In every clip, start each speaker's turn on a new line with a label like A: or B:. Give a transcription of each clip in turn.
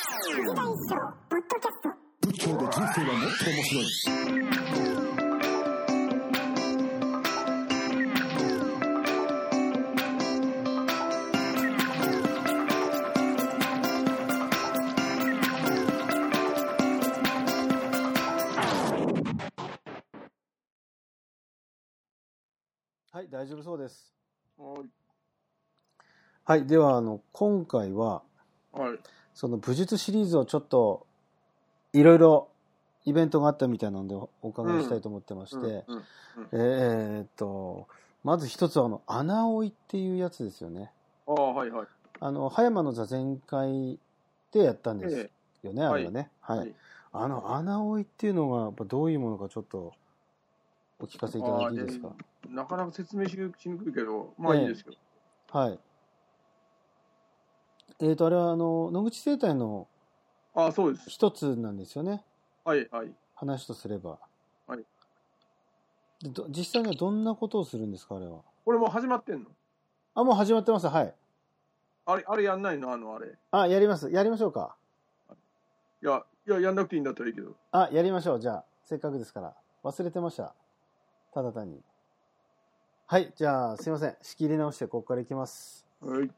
A: 劇団師匠ポッドキャスト
B: 仏教で人生はもっと面白い。
C: はい、大丈夫そうです。
D: はい。
C: はい、では、あの、今回は、
D: はい。
C: その武術シリーズをちょっと、いろいろイベントがあったみたいなのでおお伺いしたいと思ってまして、
D: うん
C: えーっと、まず一つは、あの、穴追いっていうやつですよね。
D: ああ、はいはい。
C: あの、葉山の座禅会でやったんです
D: え
C: よね、あれはね。はい。
D: はい
C: あの、穴追いっていうのが、やっぱどういうものかちょっと、お聞かせいただいていいですか。
D: えなかなか説明しにくいけど、まあ
C: ええ
D: いいですけど。
C: はい。えーっと、あれは、あの、野口生態の、
D: ああ、そうです。
C: 一つなんですよね
D: はいはい。
C: 話とすれば、
D: はい
C: でど実際にはどんなことをするんですかあれは
D: これもう始まってんの
C: あもう始まってますはい
D: あれ、あれやんないのあの、あれ。い
C: あやりますやりましょうか
D: や、いや、やんなくていいんだったらいいけど。
C: あやりましょうじゃあせっかくですから忘れてましたただ単にはいじゃあすいません仕切り直してここからいきます
D: はい。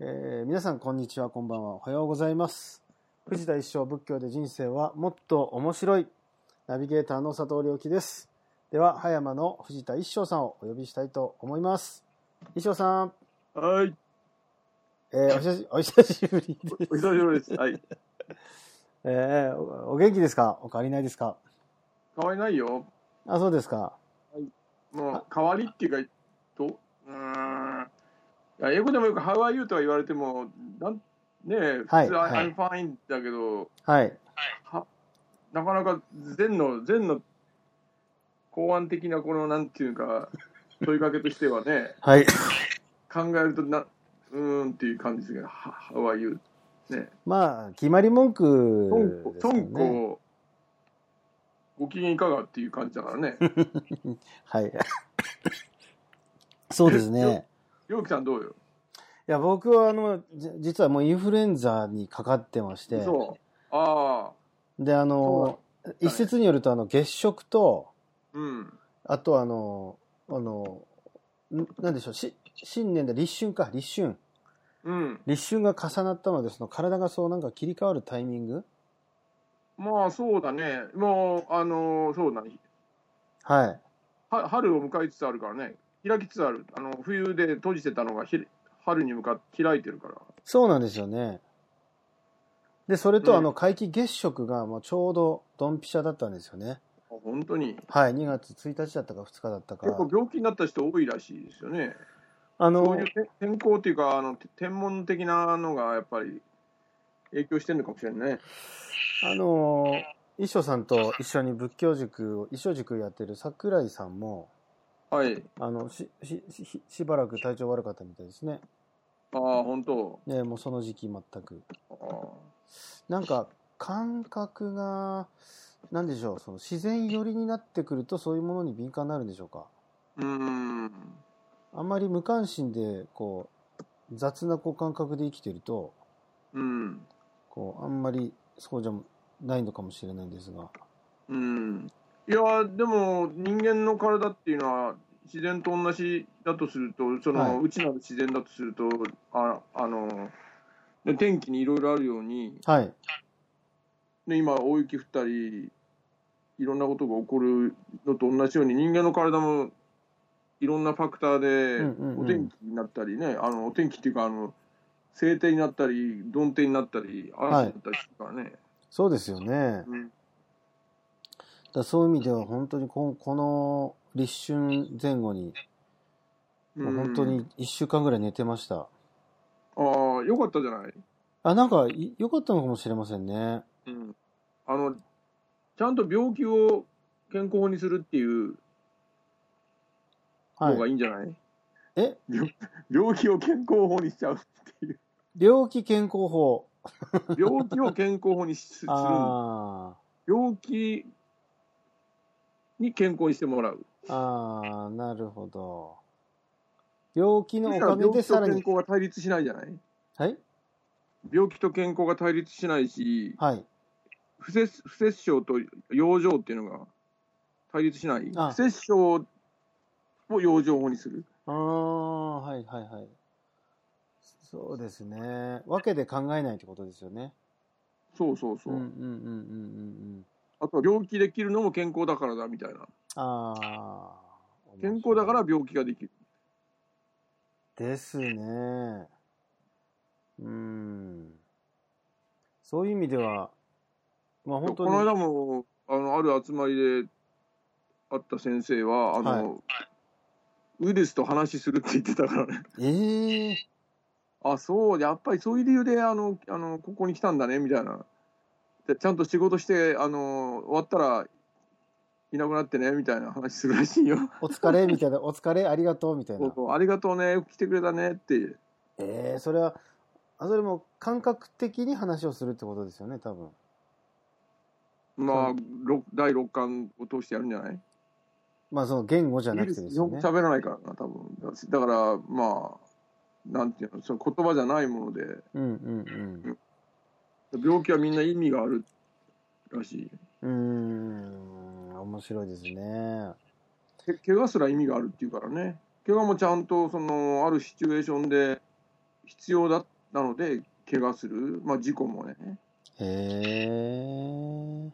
C: えー皆さんこんにちはこんばんはおはようございます藤田一生仏教で人生はもっと面白いナビゲーターの佐藤良樹ですでは葉山の藤田一生さんをお呼びしたいと思います一生さん、
D: はい。
C: えーお久しお久しぶりです
D: お久しぶりです。はい。
C: えーおお元気ですかお変わりないですか
D: 変わりないよ。
C: あそうですか
D: もう、変わりっていうか、と、うーん。いや、英語でもよく、How are you? とは言われても、なんねえ、普通、
C: は
D: I'm
C: い
D: fine だけど、
C: はい
D: はなかなか禅の禅の公安的なこのなんていう か問いかけとしてはね
C: はい
D: 考えるとなうーんっていう感じですけど「は How are you?」ね
C: まあ決まり
D: 「
C: 文句
D: とんこ
C: で」す
D: と
C: よ
D: ん
C: ね
D: こご機嫌いかがっていう感じだから ね
C: はい そうですね
D: 陽樹さんどうよ
C: いや、僕はあの、じ実はもうインフルエンザにかかってまして、
D: そうああ
C: で、あの、一説によると、あの、月食と、
D: うん
C: あとあの、あの、んなんでしょう、し、新年で立春か、立春。
D: うん
C: 立春が重なったので、その体がそうなんか切り替わるタイミング
D: まあそうだねもうあのそうだね
C: はい。
D: は春を迎えつつあるからね開きつつあるあの冬で閉じてたのがひ春に向かって開いてるから
C: そうなんですよね。で、それとあ
D: う
C: の、皆既月食がもうちょうどドンピシャだったんですよね。
D: あ本当に
C: はい、2月1日だったか2日だったか
D: 結。構病気になった人多いらしいですよね。
C: あ
D: そう
C: の
D: いう、て天候っていうか、あのて天文的なのがやっぱり影響してるのかもしれないね。
C: あのー、一生さんと一緒に仏教塾を、一生塾やってる桜井さんも、
D: はい。
C: あの、し、し、し、しばらく体調悪かったみたいですね。
D: ああ、本当。
C: ね、もうその時期全く。
D: あ
C: なんか、感覚が、なんでしょう、その自然寄りになってくるとそういうものに敏感になるんでしょうか。
D: ーうーん。
C: あんまり無関心で、こう、雑なこう感覚で生きてると、
D: うん。
C: こう、あんまりそうじゃないのかもしれないんですが。
D: うん。いや、でも人間の体っていうのは自然と同じだとすると、その、
C: はいう
D: ちなる自然だとすると、ああの、ね天気にいろいろあるように、
C: はい。
D: ね、今、大雪降ったり、いろんなことが起こるのと同じように、人間の体もいろんなファクター
C: うん
D: で、
C: うんうん
D: お天気になったりね、あのお天気っていうか、あの晴天になったり、曇天になったり、嵐になったりするからね、
C: そうですよね。
D: うん
C: だからそういう意味では本当にここの立春前後に、もう本当
D: うん
C: に1週間ぐらい寝てました。
D: ああ、よかったじゃない、
C: あ、なんかい良かったのかもしれませんね。
D: うんあの、ちゃんと病気を健康にするっていう方が
C: はい。
D: いいんじゃない、
C: え
D: 病 気を健康法にしちゃうっていう、
C: 病気健康法。
D: 病気を健康法にしするんだ
C: あ
D: 病気に健康にしてもらう。
C: あ、ああ、なるほど。病気のおかげ
D: 病
C: で
D: 気
C: さ
D: と
C: ら
D: 健
C: に
D: 康、は対立しないじゃない
C: はい
D: 病気と健康が対立しないし、
C: はい。
D: 不摂不摂症と養生っていうのが対立しない、
C: あ
D: 不摂症を養生法にする、
C: ああ、はいはいはい。そうですね。わけで考えないってことですよね。
D: そうそうそうう、
C: んうんうんうんうんうん。
D: あとは病気できるのも健康だからだみたいな、
C: ああ。
D: 健康だから。病気ができる、
C: ですね。うん。そういう意味では、まあ本当
D: この
C: に。
D: 間もあのある集まりで会った先生は、あの
C: はい
D: ウイルスと話しするって言ってたからね、
C: ええ
D: あそう、やっぱりそういう理由であのあのここに来たんだねみたいな、でちゃんと仕事してあの終わったらいなくなってねみたいな話するらしいよ。
C: お疲れみたいな、お 疲れありがとうみたい
D: そう
C: な。
D: そうありがとうね、よく来てくれたねって、
C: ええそれは、あそれも感覚的に話をするってことですよね、多分。
D: まあ、ろ第6巻を通してやるんじゃない
C: まあその言語じゃなくてです
D: 日
C: よ
D: 本語
C: ね。
D: 喋らないからな、多分だから、まあ、なんていうの、その言葉じゃないもので、
C: うんうん
D: 病気はみんな意味があるらしい。
C: うん。うーん、面白いですね。
D: け怪我すら意味があるっていうからね、怪我もちゃんとそのあるシチュエーションで必要だなので、怪我する、まあ、事故もね、
C: へえ。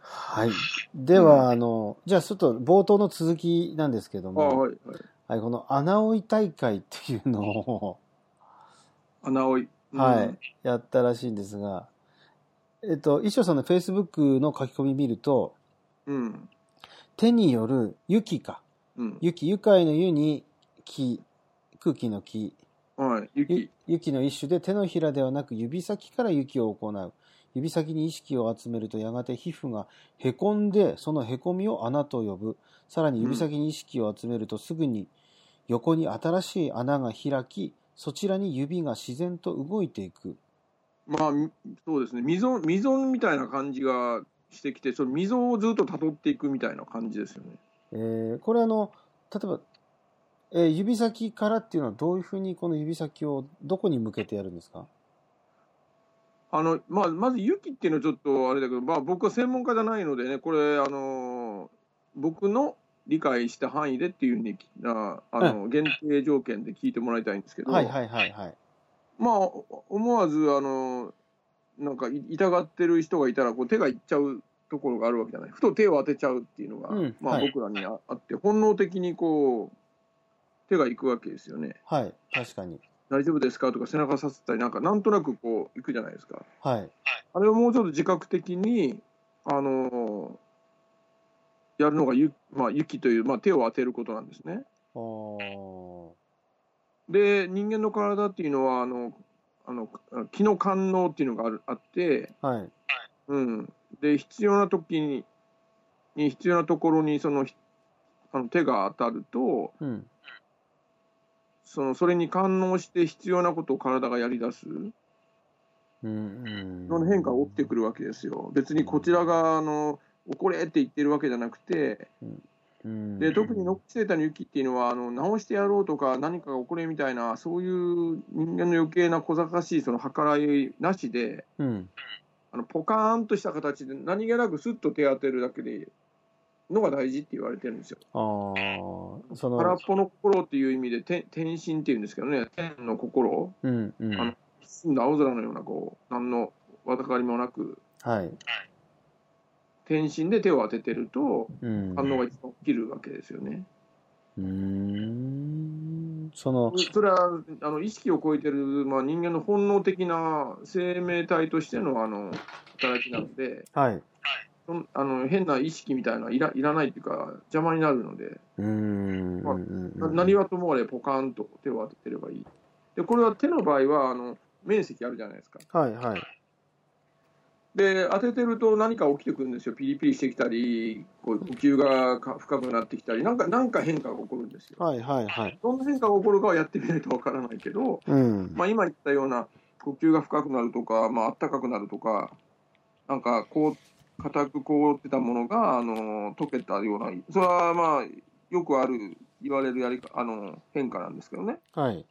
C: はい。では、あの、じゃあちょっと冒頭の続きなんですけど
D: あ
C: も、
D: はい、はい、
C: はい、この穴追い大会っていうのを
D: 穴追い、うん
C: はい、やったらしいんですが、えっと、一生さんの Facebook の書き込み見ると、
D: うん、
C: 手による雪か。
D: うん、
C: 雪、愉快の湯に木、空気の木。
D: はい、雪
C: ゆ。雪の一種で手のひらではなく指先から雪を行う指先に意識を集めるとやがて皮膚がへこんでそのへこみを穴と呼ぶさらに指先に意識を集めるとすぐに横に新しい穴が開きそちらに指が自然と動いていく
D: まあ、みそうですね、溝溝みたいな感じがしてきて、その溝をずっと辿っていくみたいな感じですよね。
C: えーこれあの例えば、えー指先からっていうのはどういうふうにこの指先をどこに向けてやるんですか
D: あのまあ、まず雪っていうのはちょっとあれだけど、まあ、僕は専門家じゃないのでね、これ、あのー僕の理解した範囲でっていうふうにきああの限定条件で聞いてもらいたいんですけど、
C: はいはいはいはい
D: まあ、お思わず、あのーなんかい痛がってる人がいたらこう、手がいっちゃうところがあるわけじゃない、ふと手を当てちゃうっていうのが、
C: うん
D: まあ、
C: はい
D: 僕らにああって、本能的にこう手が行くわけですよね。
C: はい確かに
D: 大丈夫ですかとか背中させたりなんかなんとなくこう行くじゃないですか。
C: はい
D: あれをもうちょっと自覚的に、あのーやるのがゆ、まあ、雪という、まあ、手を当てることなんですね。
C: お
D: で、人間の体っていうのは、あの、あの気の官能っていうのがあるあって、
C: ーはい
D: うん。で、必要な時に、に必要なところにそのひあの手が当たると
C: うん
D: その、それに感応して必要なことを体がやり出す、
C: うん
D: その変化が起きてくるわけですよ。別にこちらが、あの、怒れって言ってるわけじゃなくて、
C: うん
D: で特にノックセーターの雪っていうのはあの直してやろうとか何かが起これみたいなそういう人間の余計な小賢しいその計らいなしで
C: うん、
D: あのポカーンとした形で何気なくスッと手当てるだけでのが大事って言われてるんですよ。
C: ああ、そ
D: 空っ
C: の、
D: ぽの心っていう意味で天天心っていうんですけどね天の心
C: うん、うん、
D: あの澄んだ青空のようなこう何のわだかりもなく
C: はい、
D: 天心で手を当ててると
C: うん、
D: 反応が一番起きるわけですよね。
C: うーん、その、
D: それはあの意識を超えてる、まあ、人間の本能的な生命体としてのあの働きなので
C: はい、う
D: そんあの変な意識みたいなのはいらいらないっていうか邪魔になるので、
C: ーん、
D: まあ
C: うん
D: な何はともあれポカンと手を当ててればいいでこれは手の場合はあの面積あるじゃないですか
C: はい、はい、
D: で当ててると何か起きてくるんですよピリピリしてきたりこう呼吸がか深くなってきたりなんかなんか変化が起こるんですよ
C: はい、はい、はい、
D: どんな変化が起こるかはやってみないとわからないけど
C: うん、
D: まあ、今言ったような呼吸が深くなるとか、まあ暖かくなるとか、なんかこう、硬く凍ってたものが、あの溶けたような、それはまあ、よくある、言われるやりかあの変化なんですけどね。
C: はい、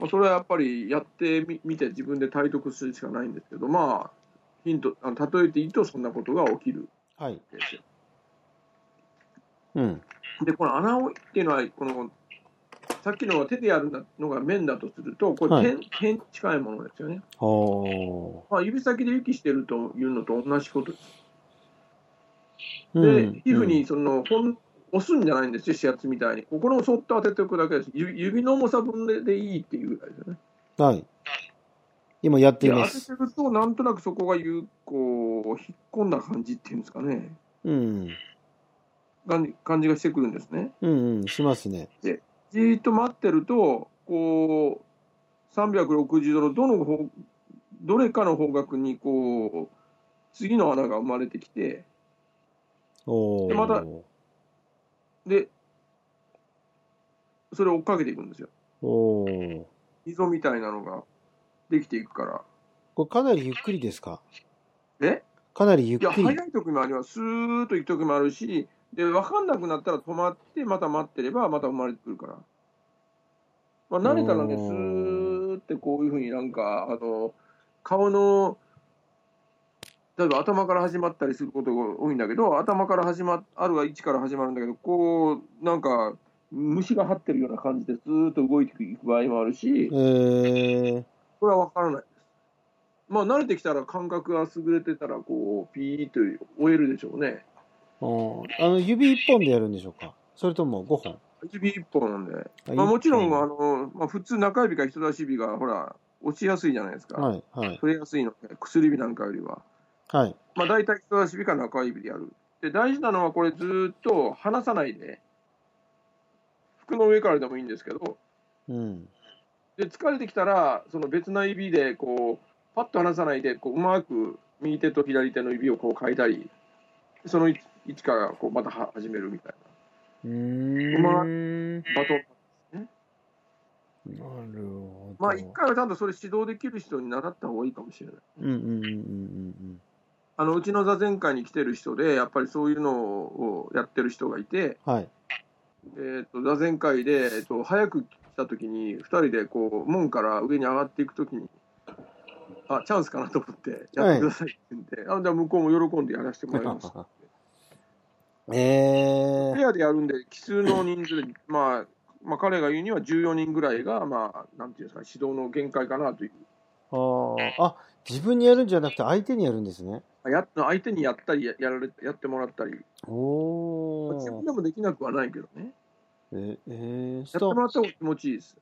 D: まあ、それはやっぱりやってみ見て自分で体得するしかないんですけど、まあ、ヒントあの例えて言うとそんなことが起きる
C: はい。
D: んですよ。
C: うん。
D: でこの穴追いっていうのはこのさっきの手でやるのが面だとするとこ
C: は
D: れ
C: い
D: 点,、点に近いものですよね。
C: ほ
D: まあ、指先で息してるというのと同じことで、
C: う。うん
D: 皮膚に、その、ほん押すんじゃないんですよ、指圧みたいに。ここのそっと当てておくだけです。指指の重さ分ででいいっていうぐらいですよね。
C: うんはい。今やってい
D: で当
C: ま
D: て
C: す。
D: てると、なんとなくそこが有効、引っ込んだ感じっていうんですかね、
C: うん。
D: 感じ感じがしてくるんですね。
C: うんうん、しますね。
D: じーっと待ってると、こう、360度のどの方、どれかの方角に、こう、次の穴が生まれてきて、
C: お
D: でまた
C: お。
D: で、それを追っかけていくんですよ。
C: おー
D: 溝みたいなのができていくから。
C: これかなりゆっくりですか
D: え
C: かなりゆっ
D: いや、
C: く
D: 早
C: り。
D: い時もあります。スーッと行く時もあるし、で、分かんなくなったら止まって、また待ってれば、また生まれてくるから。まあ、慣れたらね、
C: う
D: ス
C: ーん
D: ーってこういうふうになんか、あの、顔の、例えば頭から始まったりすることが多いんだけど、頭から始まあるは位置から始まるんだけど、こう、なんか、虫が張ってるような感じで、スーッと動いていく場合もあるし
C: え、ー、
D: これは分からないです。まあ、慣れてきたら感覚が優れてたら、こう、ピーッと終えるでしょうね。
C: おーあの、指一本でやるんでしょうかそれとも5本
D: 指一本なんで。
C: あ
D: まあ、もちろん、あ
C: は
D: の、まあ、普通中指か人差し指が、ほら、落ちやすいじゃないですか。
C: はい、はい、
D: 取れやすいので、薬指なんかよりは。
C: はい。
D: まあ、大体人差し指か中指でやる。で、大事なのは、これずーっと離さないで、服の上からでもいいんですけど、
C: うん。
D: で、疲れてきたら、その別な指で、こう、パッと離さないで、こう、うまく右手と左手の指をこう変えたり、その位置位置から、こう、または始めるみたいう
C: ー
D: ま
C: ん。な
D: な。バトン
C: るほど。
D: まあ、一回はちゃんとそれ指導できる人に習った方がいいかもしれない。
C: うんうんうんうんうん
D: あのうちの座禅会に来てる人で、やっぱりそういうのをやってる人がいて、
C: うん。はい。
D: えー、と座禅会で、えー、と早く来た時に、2人でこう門から上に上がっていく時に、あチャンスかなと思って、やってくださいって言って、あじゃあ向こうも喜んでやらせてもらいます。
C: えー、
D: ペアでやるんで、奇数の人数で、まあ、まあ、彼が言うには14人ぐらいが、まあ、なんていうんですか、指導の限界かなという、
C: あーあ、自分にやるんじゃなくて相手にやるんですね。
D: あや相手にやったりややられ、やってもらったり、
C: お
D: 自分
C: ー。
D: でもできなくはないけどね、
C: え、えー、
D: やっても
C: そ
D: らった方が気持ちいいです。
C: う。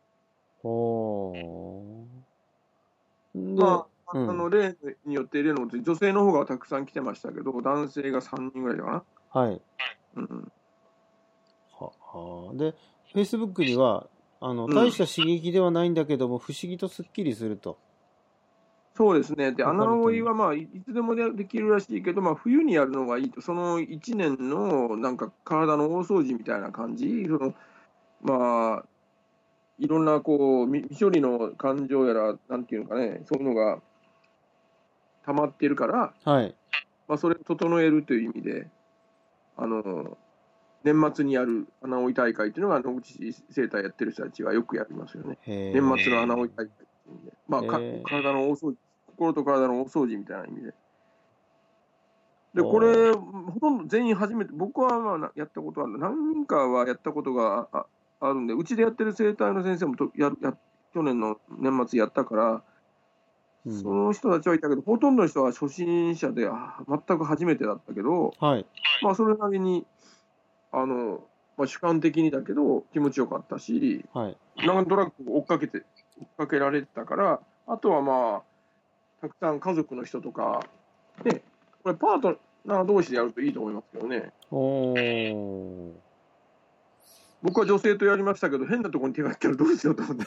C: おー。で、
D: まあ、
C: うん
D: あの例によって例の女性の方がたくさん来てましたけど、男性が3人ぐらいかな。
C: はい。
D: うん、
C: ははで、Facebook には、あの、
D: うん
C: 大した刺激ではないんだけども、不思議とスッキリすると。
D: そうですね。で、
C: わかる
D: 穴追いは、まあ、いつでもできるらしいけど、まあ、冬にやるのがいいと、その1年の、なんか、体の大掃除みたいな感じ、その、まあ、いろんな、こう、み未処理の感情やら、なんていうのかね、そういうのが溜まっているから、
C: はい。
D: まあ、それを整えるという意味で、あの年末にやる穴追い大会というのが、野口生態やってる人たちはよくやりますよね。
C: 年
D: 年末の穴追い大会っていうんで、まあか
C: へー
D: 体の大掃除、心と体の大掃除みたいな意味で。で、
C: おー
D: これ、ほとんど全員初めて、僕はまあなやったことはある、何人かはやったことがああるんで、うちでやってる生態の先生もとやや去年の年末やったから、
C: うん
D: その人たちはいたけど、ほとんどの人は初心者で、あー全く初めてだったけど、
C: はい。
D: まあ、それなりに、あのまあ、主観的にだけど、気持ちよかったし、
C: はい。
D: なんとなく追っかけて、追っかけられてたから、あとはまあ、たくさん家族の人とか、ね、これ、パートナー同士でやるといいと思いますけどね、
C: おー。
D: 僕は女性とやりましたけど、変なところに手が入ったらどうしようと思って、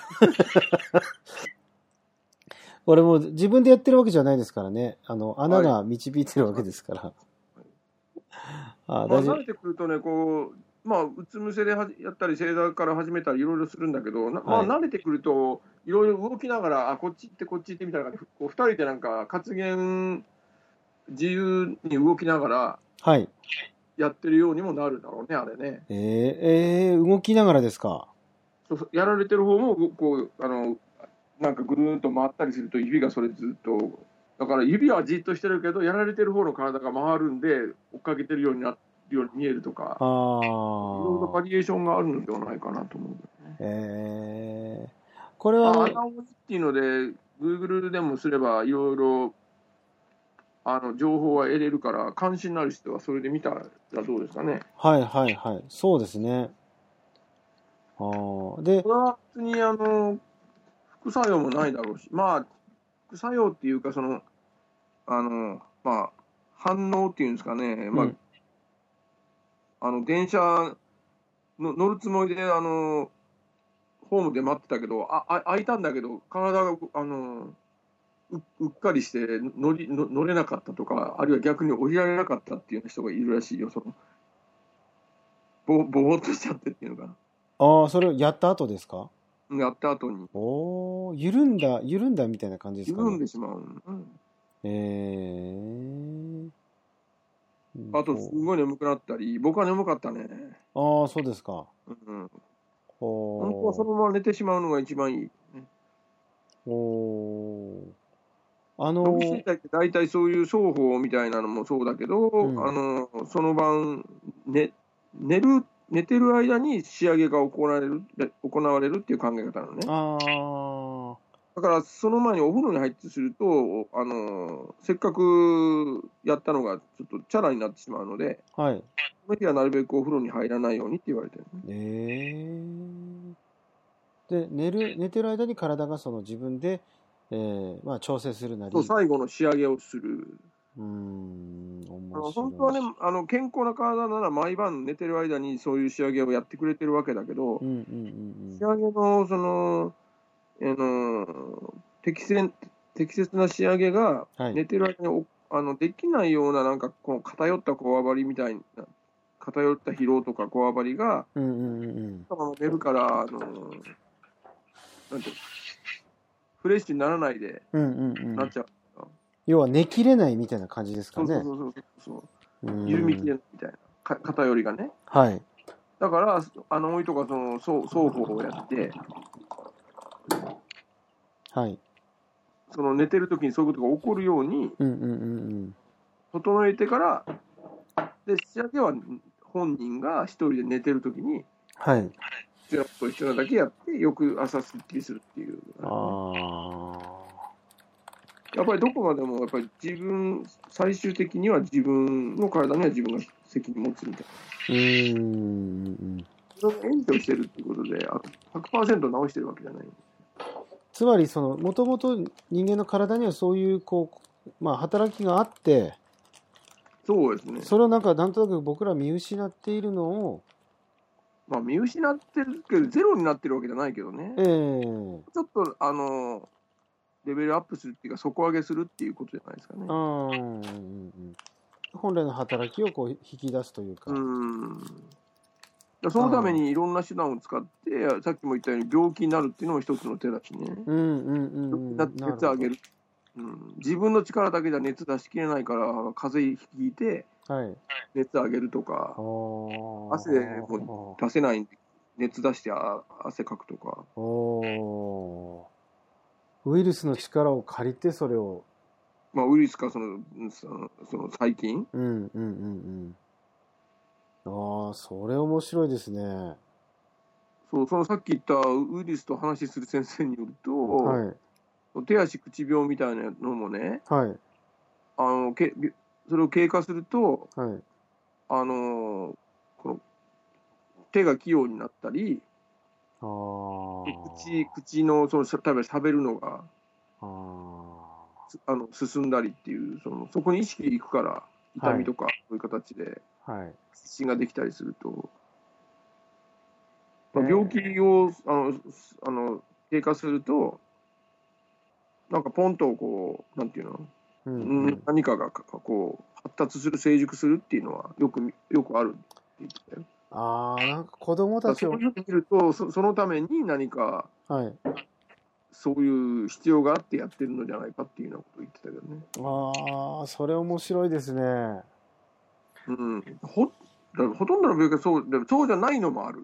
C: 俺も自分でやってるわけじゃないですからね。あの、穴が導いてるわけですから。あー
D: まあ、
C: 大丈
D: 慣
C: 夫
D: れ。てくるとね、こう、まあ、うつむせではじやったり、正座から始めたり、いろいろするんだけど、なま
C: はい
D: あ、慣れてくると、いろいろ動きながら、あ、こっち行って、こっち行ってみたいな感じで、こう、二人でなんか、活言、自由に動きながら、
C: はい。
D: やってるようにもなるだろうね、あれね。
C: えー、えー動きながらですか。
D: そうそうやられてる方も、こう、あの、なんかぐるーっと回ったりすると指がそれずっとだから指はじっとしてるけどやられてる方の体が回るんで追っかけてるようになるように見えるとか
C: あ
D: いろいろバ
C: あ。
D: リエーションがあるのではないかなと思う。
C: えー、これ
D: あ
C: は、
D: 穴落ちっていうので Google でもすればいろいろあの情報は得れるから関心のある人はそれで見たらどうですかね。
C: はいはいはい。そうですね。ああ。で
D: こ、れは別にあの副作用もないだろうし、まあ、副作用っていうか、その、あの、まあ、反応っていうんですかね、まあ、
C: うん
D: あの、電車の乗るつもりで、あの、ホームで待ってたけど、あ、あ開いたんだけど、体が、あの、ううっかりして乗りの乗れなかったとか、あるいは逆に降りられなかったっていう人がいるらしいよ、その、ぼぼーっとしちゃってっていうのかな。
C: ああ、それをやった後ですか
D: やった後に。
C: おお、緩んだ、緩んだみたいな感じですか
D: 緩ん
C: ね。
D: でしまう、うん
C: えー。
D: あとすごい眠くなったり僕は眠かったね、
C: ああ、そうですか。
D: うん、本当
C: お
D: はそのまま寝てしまうのが一番いい
C: お。おーあの
D: 伸びしいたいって大体そういう双方みたいなのもそうだけど、
C: ん
D: あのその晩、ね、寝る寝てる間に仕上げが行われる行われるっていう考え方なのね
C: ああ、
D: だからその前にお風呂に入ってするとあのせっかくやったのがちょっとチャラになってしまうので
C: はい。
D: その日はなるべくお風呂に入らないようにって言われてるね
C: えー。で、寝る、寝てる間に体がその自分で、えー、まあ調整するなり。
D: そう最後の仕上げをする
C: うーん、
D: あの
C: 面白い。
D: 本当はねあの、健康な体なら毎晩寝てる間にそういう仕上げをやってくれてるわけだけど、
C: うんうん
D: 仕
C: うん
D: 上げのその、あの適切適切な仕上げが
C: うん。はい。
D: 寝てる間におあのできないような、なんかこの偏ったこわばりみたいな、偏った疲労とかこわばりが、
C: うんうんうんうん。
D: そのまま寝るから、あのなんていうのフレッシュにならないで
C: うんうんう
D: なっ
C: ん。
D: ちゃう。
C: 要は寝きれないみたいな感じですか
D: そう
C: ね。
D: そうそうそうそう、緩
C: 緩
D: みきれないみたいな、か偏りがね。
C: はい。
D: だから、あの、おいとか、その、そう双方をやって、
C: はい。
D: その、寝てる時にそういうことが起こるように、
C: うんうんうん
D: 整えてから、で、仕上げは、本人が一人で寝てる時に、
C: うん。はい。
D: 必要なことを必要なだけやって、翌朝すっきりするっていう。
C: あ
D: やっぱりどこまでも、やっぱり自分、最終的には自分の体には自分が責任持つみたいな。
C: あ。うーん。
D: それを援助してるっていうことで、あと100%直してるわけじゃない。
C: つまり、その、もともと人間の体にはそういう、こう、まあ、働きがあって、
D: そうですね。
C: それをなんか、なんとなく僕ら見失っているのを、
D: まあ、見失ってるけど、ゼロになってるわけじゃないけどね。
C: ええ
D: ちょっと、あの、レベルアップするっていうか、底上げするっていうことじゃないですかね
C: あ。ーうんうんうん本来の働きをこう引き出すというか。
D: うん。だからそのためにいろんな手段を使って、さっきも言ったように病気になるっていうのも一つの手だしね。
C: うんうんう
D: 病
C: ん
D: 気
C: うん。
D: になって熱上げる。うん、自分の力だけじゃ熱出しきれないから、風邪ひいて
C: なる
D: 熱上げるとか、
C: ほど。はい。
D: 汗でも出せないんで熱出してあ汗かくとか、
C: おおーウイルスの力を借りてそれを。
D: まあ、ウイルスかそのうんそのその細菌、
C: うんうんうんうん。ああ、それ面白いですね。は
D: そうそのさっき言ったウイルスと話しする先生によると、
C: い。
D: 手足口病みたいなのもね
C: はい。
D: あのけびそれを経過すると
C: はい。
D: あのこの手が器用になったり
C: ああ。
D: 口口のそのしゃ例えば喋るのが
C: あ
D: すあの進んだりっていうそのそこに意識がいくから痛みとかそういう形で
C: あ。はい。
D: 発信ができたりすると、
C: え
D: まあ、
C: ー
D: 病気をあのすあの経過するとなんかポンとこうなんていうの
C: うんう
D: うん
C: ん、
D: 何かがかこう発達する成熟するっていうのはよくみよくあるって言ってたよ
C: ああ、なんか子供
D: だか
C: た
D: らそ
C: ち
D: う
C: を
D: い。うのを見るとそそのために何か
C: はい。
D: そういう必要があってやってるのじゃないかっていうようなことを言ってたけどね、
C: ああ、それ面白いですね。
D: うん、ほだからほとんどの病気はそうでもそうじゃないのもある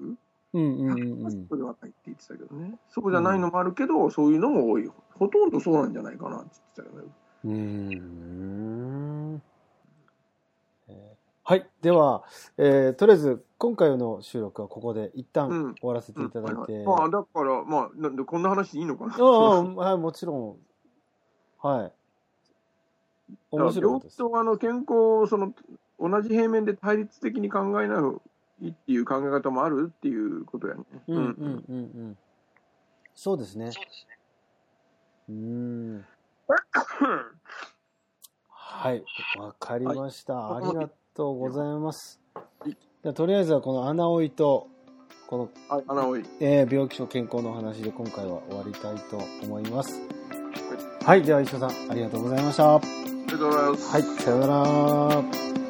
C: うんうんうんうん
D: そ。こで若いって言ってたけどね、そうじゃないのもあるけど、そういうのも多い、ほとんどそうなんじゃないかなって言ってたけどね。
C: うーんえーはい。では、えーとりあえず、今回の収録はここで一旦
D: うん
C: 終わらせていただいて。
D: うんまあ、だから、まあ、なんでこんな話いいのかな。
C: ああ、はい、もちろん。はい。面白い
D: 病
C: で
D: 気
C: す。
D: とあの健康をその同じ平面で対立的に考えないっていう考え方もあるっていうことやね。
C: うんうんうんうん。そうですね。うーん。はい。わかりました。
D: はい
C: ありがとうございます。じゃあとりあえずはこの穴追いと、この
D: はい、穴多い。
C: えー病気と健康のお話で今回は終わりたいと思います。はい、では石田さんありがとうございました。は
D: ありがとうございます。
C: い、さようなら。